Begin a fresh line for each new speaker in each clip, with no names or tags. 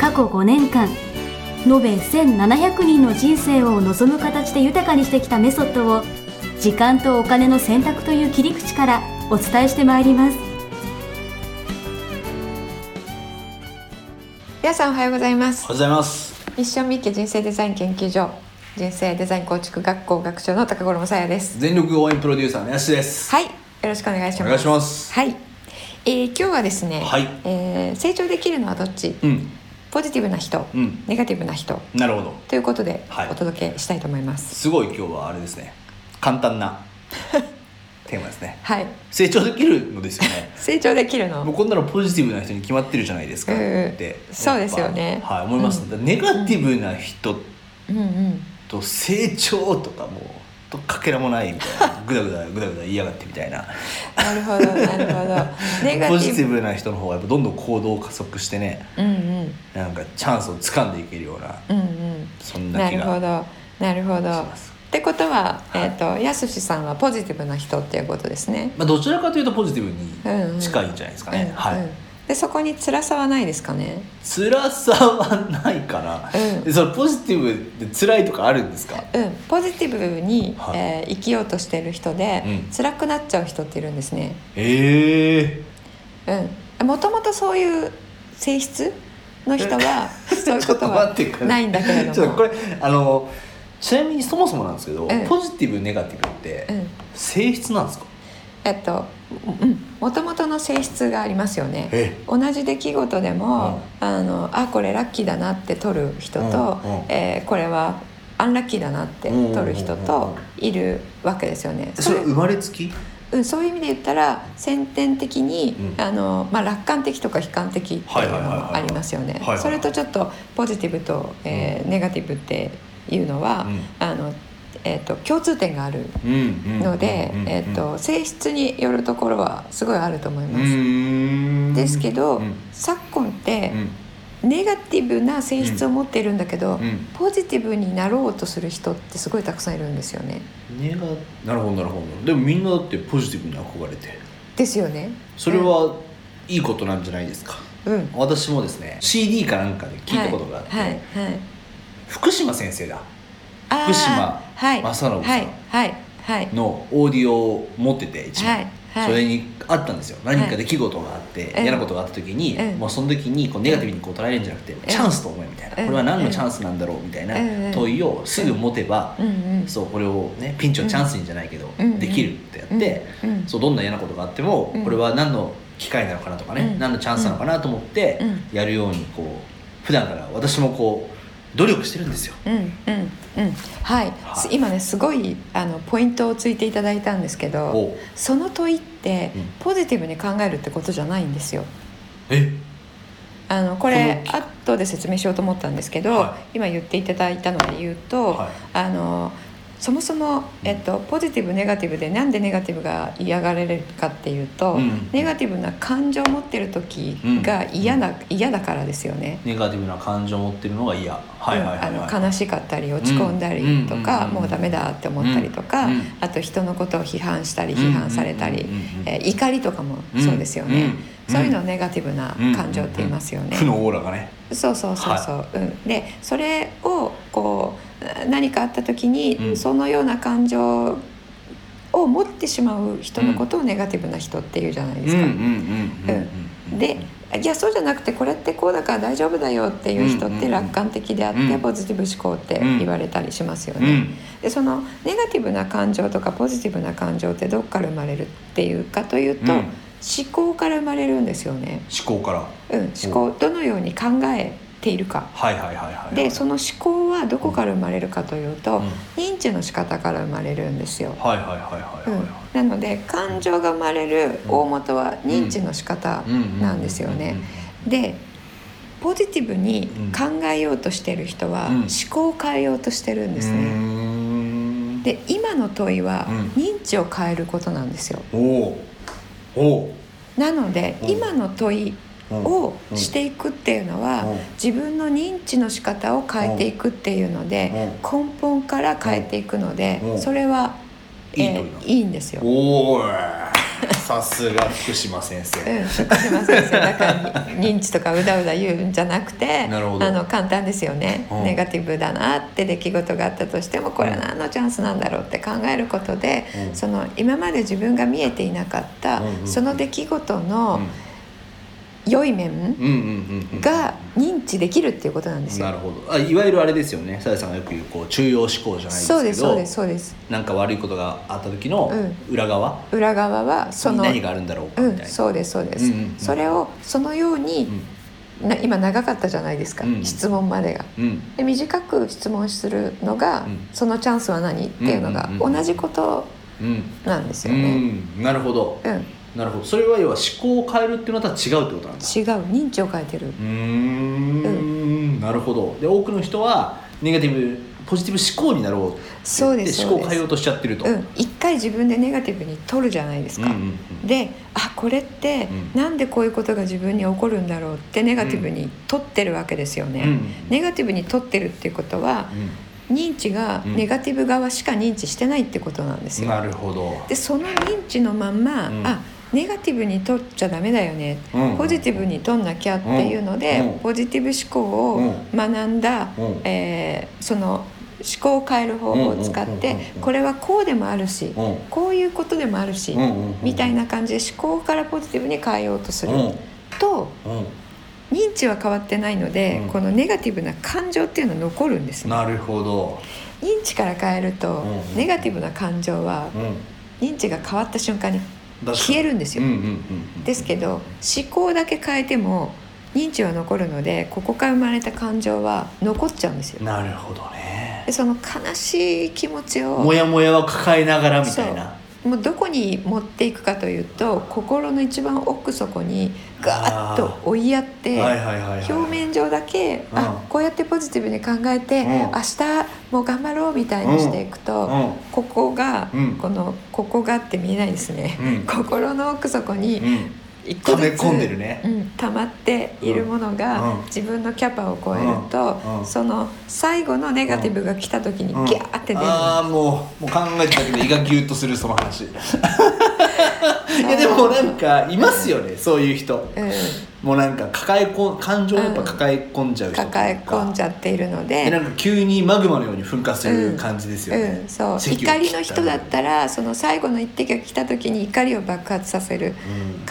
過去5年間延べ1700人の人生を望む形で豊かにしてきたメソッドを時間とお金の選択という切り口からお伝えしてまいります
皆さんおはようございます
おはようございます。
ミッションミッケ人生デザイン研究所人生デザイン構築学校学長の高頃もさやです
全力応援プロデューサーのやしです。
はいよろしくお願いします
お願いします
はい、えー今日はですね、
はい
えー成長できるのはどっち、
うん、
ポジティブな人、
うん
ネガティブな人
なるほど。
ということで
はい
お届けしたいと思います
すごい今日はあれですね。簡単 なテーマですね。
はい、
成長できるのですよ ね。
成長できる
もう
の
こんなのポジティブな人に決まってるじゃないですかっ
うん
て、やっぱ
そうですよね
はい、思います。だからネガティブな人
うんうん
と成長とかもうとかけらもないみたいな、ぐだぐだぐだぐだ言いやがってみたいな。
なるほどなる ほどネガティブ
ポジティブな人の方がやっぱどんどん行動を加速してね、
うんうん
なんかチャンスを掴んでいけるような
うんうん
そんな
な
気
る
が。
ほどなるほどっ
します
てことは、
はい
えっ、とやすしさんはポジティブな人っていうことですね
まあ、どちらかというとポジティブに近いんじゃないですかね、
うんうん
はい、
でそこに辛さはないですかね
辛さはないから、
うん
でそのポジティブで辛いとかあるんですか
うんポジティブに、
はい
えー生きようとしてる人で、
うん
辛くなっちゃう人っているんですね
ええ
うんもともとそういう性質の人はそういう
ちょ
こ
っ
と
と待
は
ってくれ
ないんだけれ
ち
ど
ょっとこ
も
れあのちなみにそもそもなんですけど、
うん
ポジティブネガティブって
うん
性質なんですか、
えっともともとの性質がありますよね
え
同じ出来事でも、あのあこれラッキーだなって取る人と、
うんうん
えーこれはアンラッキーだなって取る人
うんうんうん
といるわけですよね。
それ
それ
生まれつき
うん、そういう意味で言ったら先天的に、
うん
あのまあ、楽観的とか悲観的っていうのもありますよね
はいはいはい
そ
はいはいはいはい。
れとちょっとポジティブと、えーネガティブっていうのは、
うん
あのえー、と共通点がある
うんうん
ので、
うんうんうん
えっと性質によるところはすごいあると思いうます。
ーん
ですけど、
うん
昨今って
う、ん
ネガティブな性質を持っているんだけど、
うん
ポジティブになろうとする人ってすごいたくさんいるんですよね。
ネガなるほどなるほどでもみんなだってポジティブに憧れて
ですよね。
それはいいことなんじゃないですか、
うん。
私もですね CD かなんかで聞いたことがあって、
はいはい。はい
福島先生だ
あー
福島
はい
正信さん
はいはいはい
のオーディオを持ってて一枚、
はいはい。
それにあったんですよ何か出来事があって、
うん
嫌なことがあった時に、
うん
もうその時にこうネガティブにこう捉えるんじゃなくて、チャンスと思えみたいな、
うん
これは何のチャンスなんだろうみたい
うん
な問いをすぐ持てば、
うんうん。
そうこれをねピンチをチャンスにじゃないけど、
うん
できるってやって、
うんうん
そうどんな嫌なことがあっても、
うん
これは何の機会なのかなとかね、
うん
何のチャンスなのかなと思って
うん
やるようにこう普段から私もこう努力してるんですよ。
うんうんうんはい、
はい
今ねすごいあのポイントをついていただいたんですけど
お
その問いって、
うん
ポジティブに考えるってことじゃないんですよ。
え
あのこれ
こ
後で説明しようと思ったんですけど、
は
今言っていただいたので言うと、
はい
あのそもそも、えっと、ポジティブネガティブでなんでネガティブが嫌がられるかっていうと、
うん
ネガティブな感情を持ってる時が嫌な、嫌だからですよね。
ネガティブな感情を持ってるのが嫌。はいはいはい、はい
あの悲しかったり落ち込んだりとか、
うんうん
もうダメだって思ったりとか、
うん
あと人のことを批判したり
うんう
批
ん
判されたり、
うんうん
えー怒りとかもそうですよね、
うん
そういうのをネガティブな感情って言いますよね。
負のオーラがね。
そうそうそうそう、うん、でそれをこう何かあった時に、
うん
そのような感情を持ってしまう人のことをネガティブな人っていうじゃないですか。
うん
でいやそうじゃなくてこれってこうだから大丈夫だよっていう人
う
っ
んうんう
て
ん
楽観的であって、
うん
ポジティブ思考って言われたりしますよ
う
ね。
ん
でそのネガティブな感情とかポジティブな感情ってどっから生まれるっていうかというと、
うん
思考から生まれるんですよね。
思考から。
うん、思考どのように考えているか
はいはいはいはい。
でその
の
思考はどこから生まれるかというと、
うん
認知の仕方から生まれるんですよ。
はいはいはいはいはいは
なので感情が生まれる大元は認知の仕方
い。ううう
なんですよね。でポジティブに考えようとしてる人は
うん
思考を変えようとしてるんです
うー
ね。
ん
で今の問いは
うん
認知を変えることなんですよ。
おおおう
なので
うん
今の問い
うん
をしていくっていうのは
うん
自分の認知の仕方を変えていくっていうので根本から変えていくので
うん
それは、
いい
え
問いだ
ーいいんですよ。
おおさすが福島先生
うん、福島先生だから認知とかうだうだ言うんじゃなくて
なるほど
あの簡単ですよね、
うん
ネガティブだなって出来事があったとしてもこれは何のチャンスなんだろうって考えることで、
うん
その今まで自分が見えていなかった、
うんうん
その出来事
う
の
ん
良い面
うんうんうんうん
が認知できるっていうことなんですよ。
なるほどあいわゆるあれですよねさやさんがよく言うこう中央思考じゃないですけど
そうですそうですそうです
なんか悪いことがあった時の
う
裏側、
裏側はそ
に
の
何があるんだろうか
う
みた
ん
いな、
そうですそうです、
うんうんうん
それをそのように、な今長かったじゃないですか、
うん
質問までが。
うんうん
で短く質問するのが、
うん
そのチャンスは何っていうのが
うんうんう
同
ん
じこと
うん
なんです
う
よね。
んなるほど
うん、違う
なるほどそれは要は思考を変えるっていうのとは違うってことなんだ
認知を変えてる
うーんなるほどで多くの人はネガティブポジティブ思考になろうって言って
そうです
思考
そうです
を変えようとしちゃってると、
うん、一回自分でネガティブに取るじゃないですか。
うんうんうん
であこれって、
うん
なんでこういうことが自分に起こるんだろうってネガティブに取ってるわけですよね。
うんうんうん
ネガティブに取ってるっていうことは
う、ん
認知が
うん
ネガティブ側しか認知してないってことなんですよ。
なるほど
でその認知のまんま、
うん
あネガティブに取っちゃダメだよね、
うん
ポジティブに取んなきゃっていうので、
うん
ポジティブ思考を
う
学んだ、
うん
えーその思考を変える方法を使って、
うんうんうんうん
これはこうでもあるし、
ん
こういうことでもあるし、
うんうんうん
みたいな感じで思考からポジティブに変えようとする、と
うん
認知は変わってないので、
うん
このネガティブな感情っていうのは残るんです
うん、
ね。
なるほど、
認知から変えると、
うんうん
ネガティブな感情は
う
認知が変わった瞬間に
ん、
消えるんですよ
うんうんうんうん、
ですけど思考だけ変えても認知は残るのでここから生まれた感情は残っちゃうんですよ
なるほどね
でその悲しい気持ちを
もやもやを抱えながらみたいな
もうどこに持っていくかというと心の一番奥底にガーッと追いやって、
はいはいはい、はい、
表面上だけ、あ
うん
こうやってポジティブに考えて、
うん
明日も頑張ろうみたいにしていくと、
う
ここが、
うん
このここがって見えないですね、
う ん
心の奥底に、
ん、うん、
一個ずつ
溜め込んでるね
うん、溜まっているものが、
うんうん
自分のキャパを超えると、
うんうん
その最後のネガティブが来た時に
うん
ギャーって出る、
ああもうもう考えてただけで胃がギュッとするその 話いやでもなんかいますよね、そういう人、
うん
もうなんか抱えこん感情をやっぱ抱え込んじゃう人というか
抱え込んじゃっているの
で
で。
なんか急にマグマのように噴火する感じですよね、
うん、そう
咳を切
怒りの
た
人だったらその最後の一滴が来た時に怒りを爆発させる、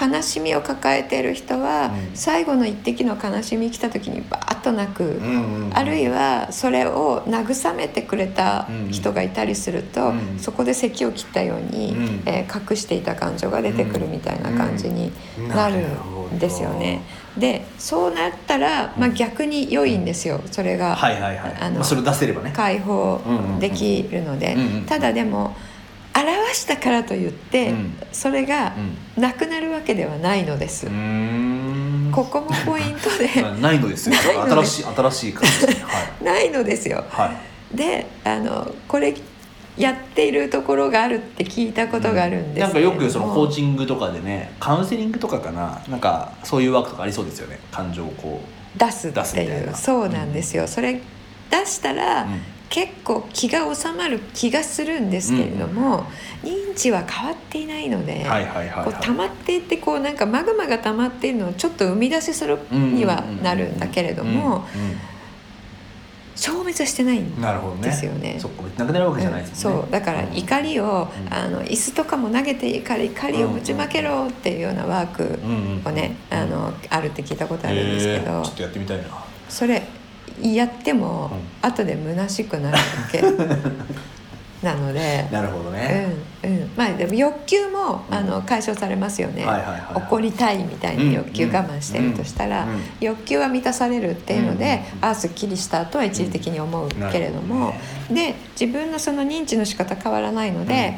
悲しみを抱えている人は、
うん
最後の一滴の悲しみ来た時にバーッと泣く、
うんうんうん、
あるいはそれを慰めてくれた人がいたりすると、
うん
そこで咳を切ったように、
うん
えー隠していた感情が出てくるみたいな感じに
うん
なる
なるほど
んですよね。でそうなったら、まあ、逆に良いんですよそれが、
はいはいはい
あの
まあ、それ出せればね
解放できるので、
うんうんうん
ただでも表したからといって、
うん
それがなくなるわけではないのです。
ん
ここもポイントで
ないのですよ。
ないので
新しい新しい感じですね。はい
ないのですよ。
はい。
であのこれやっているところがあるって聞いたことがあるんです
なんかよくそのコー
チ
チングとかでね、カウンセリングとかかな、なんかそういうワークとかありそうですよね。感情をこ
出すっ
出す
て
みた
い
いうな
そうなんですよ、それ出したら、
う。うん
結構気が収まる気がするんですけれども、認知は変わっていないので、
はいはいはい
こう溜
は
まっていってこうなんかマグマが溜まっているのをちょっと生み出しする
い。うん
にはなるんだけれども、、
うんうん
消滅はしてないん
うんなるほどね。
ですよね
そこなくなるわけじゃないですもんね。
そうだから
ん
怒りを、
うん
あの椅子とかも投げていいから怒りをぶちまけろっていうようなワーク
うんう
を
ん
ね、
うん
あのあるって聞いたことあるんですけ
へ
ど
ーちょっとやってみたいな。
それやっても後で虚しくなるだ けなので。
なるほどね。
うんうんまあ、でも欲求も、あの解消されますよね、
はいはいはいはい
怒りたいみたいに欲求我慢してるとしたら、
うんうんうん
欲求は満たされるっていうので、
う
ああすっきりしたとは一時的に思うけれど
うんな
も
る、
で自分のその認知の仕方変わらないので、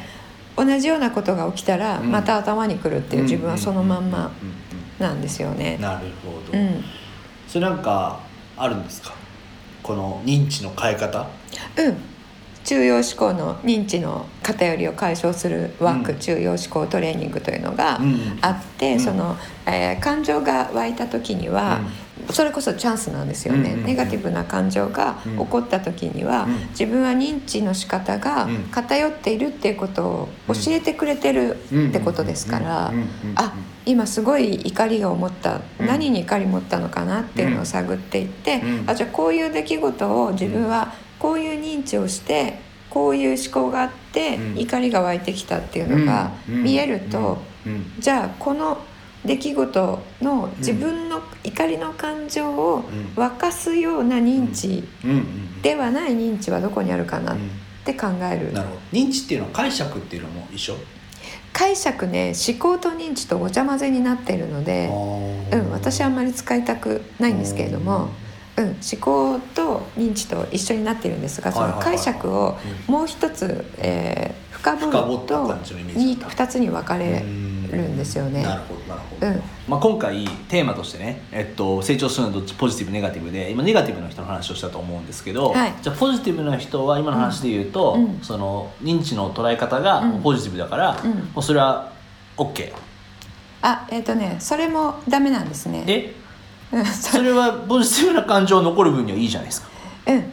同じようなことが起きたら、
うん
また頭にくるっていう自分はそのまんま
うんうんうん
なんですよね。
なるほ
う
ど。
ん
それなんかあるんですかこの認知の変え方
うん中央思考の認知の偏りを解消するワーク、
うん
中央思考トレーニングというのが
うん
あって、
うん
その、えー感情が湧いた時には、それこそチャンスなんですよね、
うんうんうん
ネガティブな感情が
うん
起こった時には、
うん
自分は認知の仕方が
うん
偏っているっていうことを教えてくれてるってことですから、
うんうんうんうん
あ今すごい怒りが思った、
うん
何に怒り持ったのかなっていうのを探っていって、
うん
あじゃあこういう出来事を自分はこういう認知をしてこういう思考があって、
うん
怒りが湧いてきたっていうのが見えると、、
うんうん
じゃあこの出来事の自分の怒りの感情を
うん
沸かすような認知
うんうんうん
ではない認知はどこにあるかなっ
う
て考える
んなるほど認知っていうのは解釈っていうのも一緒
解釈ね思考と認知とごちゃ混ぜになっているので、う、
うん
私はあんまり使いたくないんですけれども、うん、思考と認知と一緒になっているんですがそ
はい
の
はいはい
解釈をもう一つ、えー深掘
深
る
掘った
と
感じのイメージ
に
だった
2つに分かれ
う
る
ん
んですよね
な。るほどなるほど、
うん
まあ、今回テーマとしてね、えっと、成長するのはどっちポジティブネガティブで今ネガティブの人の話をしたと思うんですけど、
はい
じゃあポジティブな人は今の話で言うと、
うんうん
その認知の捉え方が
うん
ポジティブだから、
うん
もうそれは OK
あ、えっ、とね、それもダメなんですね。
で
うん、そ
それはポジティブな感情残る分にはいいじゃないですか。
うん、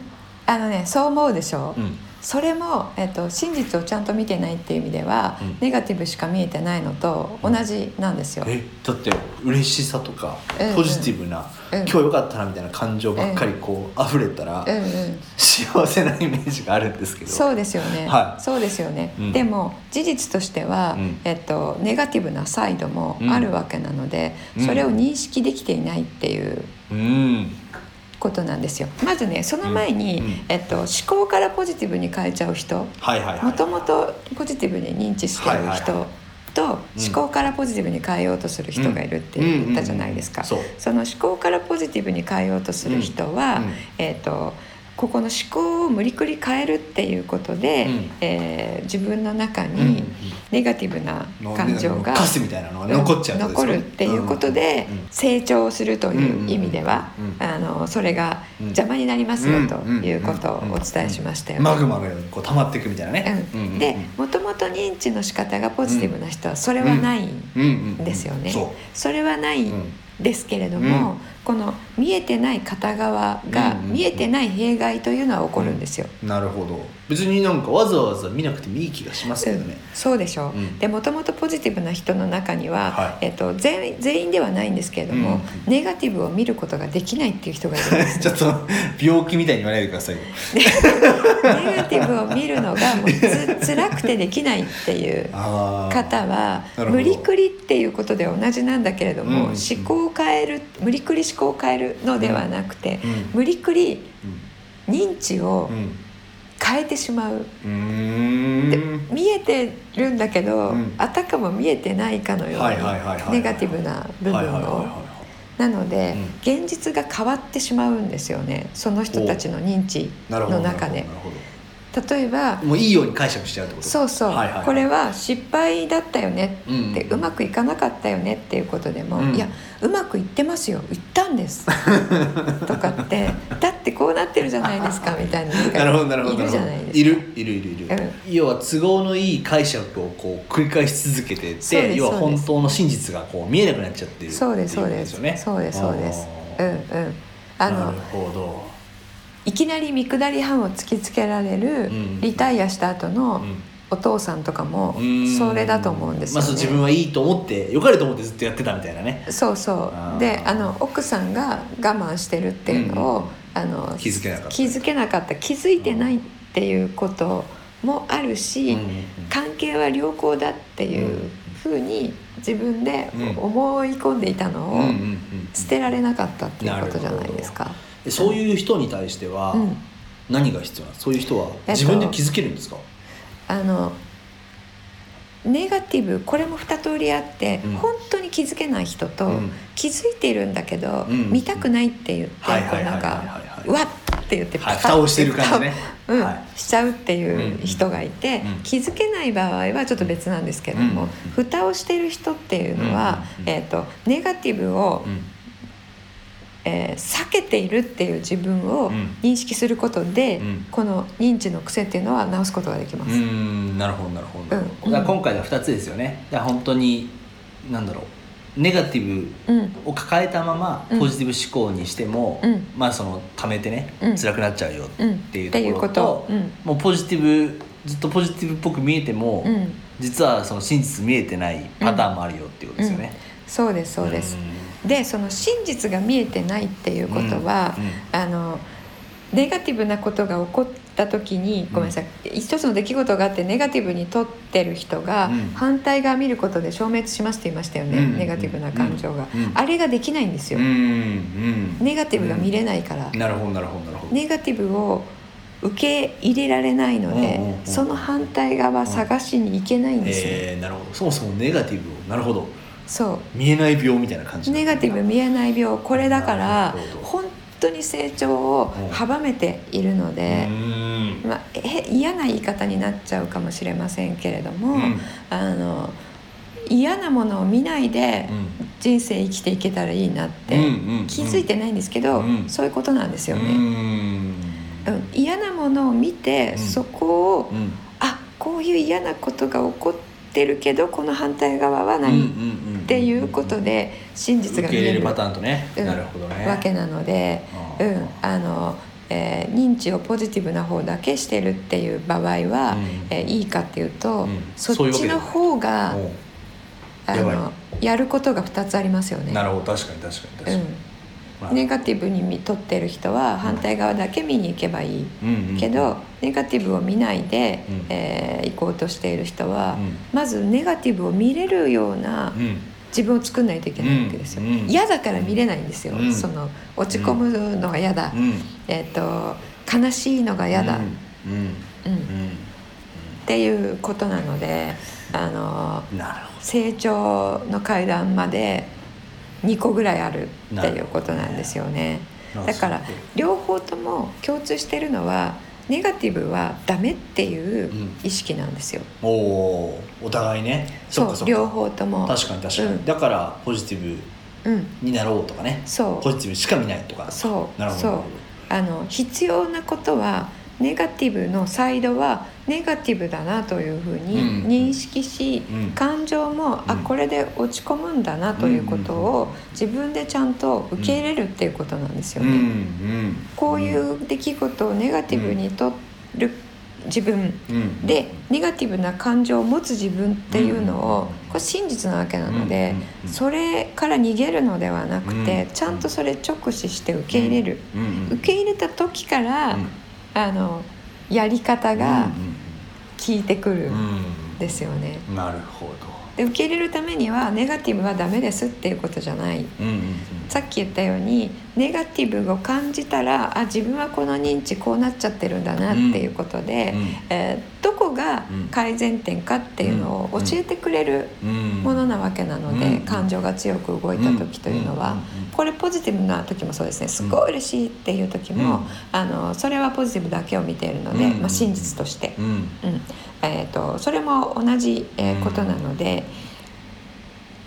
あのねそう思うでしょ、
うん
それも、えっと真実をちゃんと見てないっていう意味では、
うん
ネガティブしか見えてないのと同じなんですよ。
えだって嬉しさとか
うんうん
ポジティブな、
うん
今日良かったなみたいな感情ばっかりこう溢れたら、
うんうん、
幸せなイメージがあるんですけど
そうですよね、
はい
そうですよね、
うん
でも事実としては、
うん
えっと、ネガティブなサイドもあるわけなので、
うん
それを認識できていないっていう
うん
ことなんですよ。まずねその前に、
うんうん
えっと、思考からポジティブに変えちゃう人、
はいはいはい
もともとポジティブに認知してる人と思
うん
考からポジティブに変えようとする人がいるって言ったじゃないですか。
うんうんうんうん
その思考からポジティブに変えようとする人は、
うんうん
えっ、とここの思考を無理くり変えるっていうことで、
うん
えー自分の中
うんうんう
に
ん
ネガティブな
の
感情が、
カスみたいなのが残っちゃうってこ
残
とです
る
よ
っ
ね
ていうことで
うんうん
成長するという意味では
うんうんうん
あのそれが
うん
邪魔になりますよと
うんうん
いうことをお伝えしましたよね。
マグマがこう溜まっていくみたいなね、
う、
うんうんうんん
でもともと認知の仕方がポジティブな人はそれはないん
うんうんうん
ですよね。
そ
それはない
うん
んですけれども、
うん
この見えてない片側が
うんうんうん
見えてない弊害というのは起こるんですよ。
うなるほど別になんかわざわざ見なくてもいい気がしますけどね、
そうでしょう、
うん
でもともとポジティブな人の中には、
は
えっと、全員全員ではないんですけれども、
う
ネガティブを見ることができないっていう人がいるんです
ちょっと病気みたいに言わないでくださいよ
ネガティブを見るのがもうつ 辛くてできないっていう
あー
方は
なるほど
無理くりっていうことでは同じなんだけれども、
うんうん
思考を変える無理くり思考を変えるのではなくて、
うん
無理くり
う
認知を
んうん
変えてしまう、
うーん
見えてるんだけど、
うん
あたかも見えてないかのよう
はいはいはいはい
にネガティブな部
はいはいはい
分
はい
を
は
なので、
うん
現実が変わってしまうんですよねその人たちの認知
いなるほど
の中で
なるほどなる
例えば
ほどもういいように解釈しちゃうってこと
そうそう、
はいはいはい
これは失敗だったよね
うんうん
って、うまくいかなかったよねっていうことでも、
うん
いやうまくいってますよいったんです とかってだってこうなってるじゃないですかみたいな人
なるほどなる
が
ほど
いる
なる
じ
ほ
ゃ
ど
ないですか
いるいるいるいる、
う
要は都合のいい解釈をこう繰り返し続けて
そうで
て
す
要は
そうで
本
す
当の真実がこう見えなくなっちゃってる
そうですそうです
ってい
そう
こと
ですそうです
あ
うん
ー
うんあ
な
の
るほど
いきなり見下り班を突きつけられる、
うん
リタイアした後の
うん
お父さんとかも、
うん
それだと思うんですよ、ね
まあそう自分はいいと思って良かれと思ってずっとやってたみたいなね
そうそ
あー
うであの奥さんが我慢してるっていうのを、
うん
あの
気づけなかった
気づけなかった気づいてないっていうこともあるし、
うんうんうん
関係は良好だっていうふうに自分で
うん
思い込んでいたのを
うんうんうん
捨てられなかったっていうことじゃないですか。
えそういう人に対しては
うん
何が必要なのそういう人は
えっと
自分で気づけるんですか、
あのネガティブこれも2通りあって、
うん
本当に気づけない人と、
うん
気づいているんだけど、
うん
見たくないって言って、
はいはい
こ
は
う
いはい
なんか
はいはいう
わっって言って
はい、
パカッ
蓋をしてる感じね
蓋をうん
はい
しちゃうっていう人がいて、
うんうん
気づけない場合はちょっと別なんですけども、
うん
蓋をしてる人っていうのは、
うん
えー、とネガティブを
うん
えー避けているっていう自分を
うん
認識することで、
うん
この認知の癖っていうのは直すことができま
う
す。
んなるほどなるほど、
うん
だから今回は2つですよねだから本当になんだろうネガティブ
うん
を抱えたまま
うん
ポジティブ思考にしても、
うん
まあその溜めてね、
うん
辛くなっちゃうよ
うん、って
いう
ていう
とこ
こ
ろ
と
と。
うん
もうポジティブずっとポジティブっぽく見えても、
うん、
実はその真実見えてないパターンもあるよっていうことですよね、
そうですそうです。でその真実が見えてないっていう
うん
ことは
う、ん
あのネガティブなことが起こった時にごめんなさい、一つの出来事があってネガティブにとってる人が
うん
反対側見ることで消滅しますって言いましたよね、
うん
ネガティブな感情が、
うんうん
あれができないんですよ、
うんうん
ネガティブが見れないから、
なるほどなるほどなるほど、
ネガティブを受け入れられないので、
うんうんうん
その反対側探しに行けないんですね、
えー、なるほどそもそもネガティブをなるほど
そう
見えない病みたいな感じ
ネガティブ見えない病これだから
なるほど
本当に成長を阻めているので、
うん
まあ、え嫌な言い方になっちゃうかもしれませんけれども、
うん
あの嫌なものを見ないで
うん
人生生きていけたらいいなって、
うんうん
気づいてないんですけど、
うん
そういうことなんですよ
う
ね。
ん
うん嫌なものを見て、
うん
そこを
うん
あこういう嫌なことが起こってるけどこの反対側は何、っ
んん
ていうことで真
受
実が
け
見
入れ
え
る
る
パターンとね、
うん
なるほどね
わけなので、
う
うんんあのえー認知をポジティブな方だけしてるっていう場合は、
うん
えーいいかっていうと、
うん
そ
そうい
っ
うわけ
ち
で
の方が
おう
あ
やば
のやることが2つありますよね。
なるほど確かに確かに確かに、ま
うん、ネガティブに見とってる人は反対側だけ見に行けばいい、
うんうん
けどネガティブを見ないで、
うん
えー行こうとしている人
う
は、
ん
まずネガティブを見れるような
うん
自分を作んないといけないわけですよ。
うんうん
嫌だから見れないんですよ、
うん
その落ち込むのが嫌だ、
うん
えっと悲しいのが嫌だ、
うん
うん
う
っ、
ん
ていうことなのであの
うんなるほ
成長の階段まで2個ぐらいあるっていうことなんですよね。
ど
だから両方とも共通してるのはネガティブはダメっていう意識なんですよ。
おおーお互いねそっかそっか
両方とも。
確かに確かに、
うん
だからポジティ
うん、
ブになろうとかね
そう
ポジティブしか見ないとか
そう
なるほど
そ
な
う
るほど
あの必要なことはネガティブのサイドはネガティブだなというふうに
うん
認識し、
うん
感情も、あ
うん
これで落ち込むんだなということを自分でちゃんと受け入れるっていうことなんですよ
うん
ね。
うん
こういう出来事をネガティブにとる自分
うん
でネガティブな感情を持つ自分っていうの
うん
をこれ真実なわけなので
うん
それから逃げるのではなくて
うん
ちゃんとそれ直視して受け入れる
うんうん
受け入れた時から
うん
あのやり方が効いてくる
うんん
で
よ
すよね。
なるほど
で受け入れるためにはネガティブはダメですっていうことじゃない
うんうん
さっき言ったようにネガティブを感じたらあ自分はこの認知こうなっちゃってるんだなっていうことで、えーどこが改善点かっていうのを教えてくれる
うん
ものなわけなの
うん
で、
うん
感情が強く動いた時というのは、
うんうんうん
これポジティブな時もそうですねすごい嬉しいっていう時も、
うん
あのそれはポジティブだけを見ているので、
うん
まあ、真実として、
うん
うんえー、とそれも同じ、えーことなので。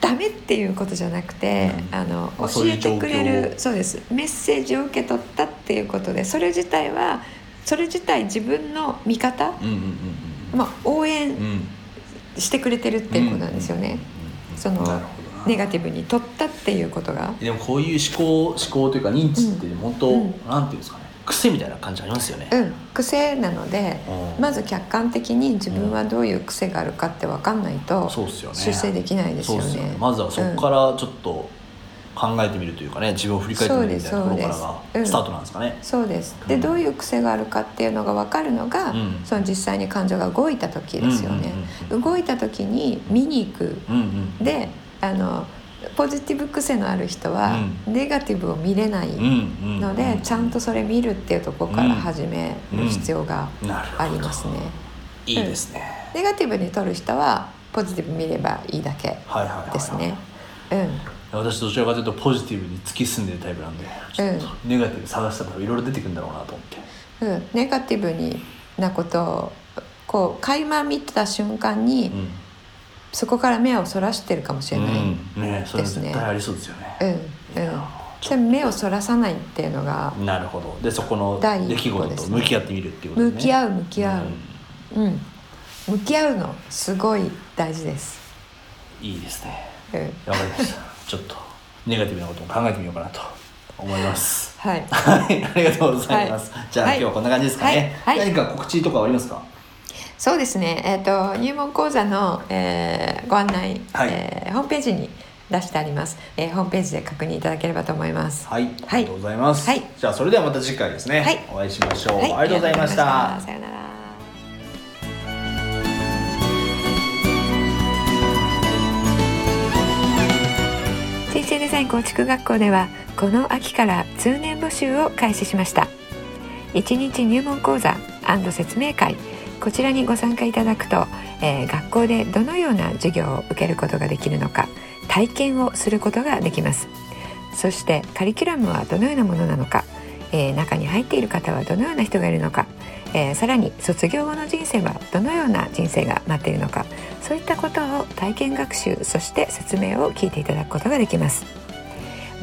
ダメっていうことじゃなくて、
うん
あの
まあ
教えてくれ
そういう
る
状況を
そうですメッセージを受け取ったっていうことでそれ自体はそれ自体自分の味方、
うんうん
まあ、応
うんうんう
援
ん
してくれてるっていうことなんですよね、
うん
その
なるほどな
ネガティブに取ったっていうことが
でもこういう思考思考というか認知って本当、
うん
なんていうんですかね癖みたいな感じありますよね
う、ん癖なので
うん
まず客観的に自分はどういう癖があるかって分かんないと
そうっすよね
修正できないです
そう
よ
ですよ
ね
ね。まずはそこからちょっと考えてみるというかね自分を振り返ってみるみたいなところから
そう
が
ですそうです
スタートなんですかね、
そうです
う
で
ん
どういう癖があるかっていうのが分かるのが、
うん
その実際に感情が動いた時ですよね。
うんうんうんうん
動いた時に見に行く
うんうん
であのポジティブ癖のある人は、ネガティブを見れない
うんうん
ので、ちゃんとそれ見るっていうところから始める必要が
なるほど
ありますね。
いいですね、
ネガティブに取る人はポジティブ見ればいいだけ
はいはいはい、はい、
ですね。うん、
私どちらかというとポジティブに突き進んでるタイプなんで、ちょっとネガティブ探したらいろいろ出てくるんだろうなと思って
うん、ネガティブになことをこう垣間見た瞬間に、
うん
そこから目をそらしてるかもしれない。うん、
うんねそれは絶対ありそうですよね、
うん、
いや
で目をそらさないっていうのが
なるほどでそこの
第
出
一
来
歩
事
で
と
すね
向き合ってみるっていうこと
向
ね
き合う向き合う、
ん
うん、向き合うのすごい大事です。
いいですね
うん、
わかりましたちょっとネガティブなことも考えてみようかなと思います
はい。
はいありがとうございます、
はい
じゃあ、
はい
今日はこんな感じですかね、
はいはい
何か告知とかはありますか
そうですね。えっ、と入門講座の、えーご案内、
はい
えーホームページに出してあります、えーホームページで確認いただければと思います。
はいありがとうございます、
はい
じゃあそれではまた次回ですね、
はい
お会いしましょう、
はい
ありがとうございまし
あ
た
りがとうございましたさようなら。人生デザイン構築学校ではこの秋から通年募集を開始しました1日入門講座説明会こちらにご参加いただくと、えー学校でどのような授業を受けることができるのか体験をすることができますそしてカリキュラムはどのようなものなのか、えー中に入っている方はどのような人がいるのか、えーさらに卒業後の人生はどのような人生が待っているのかそういったことを体験学習そして説明を聞いていただくことができます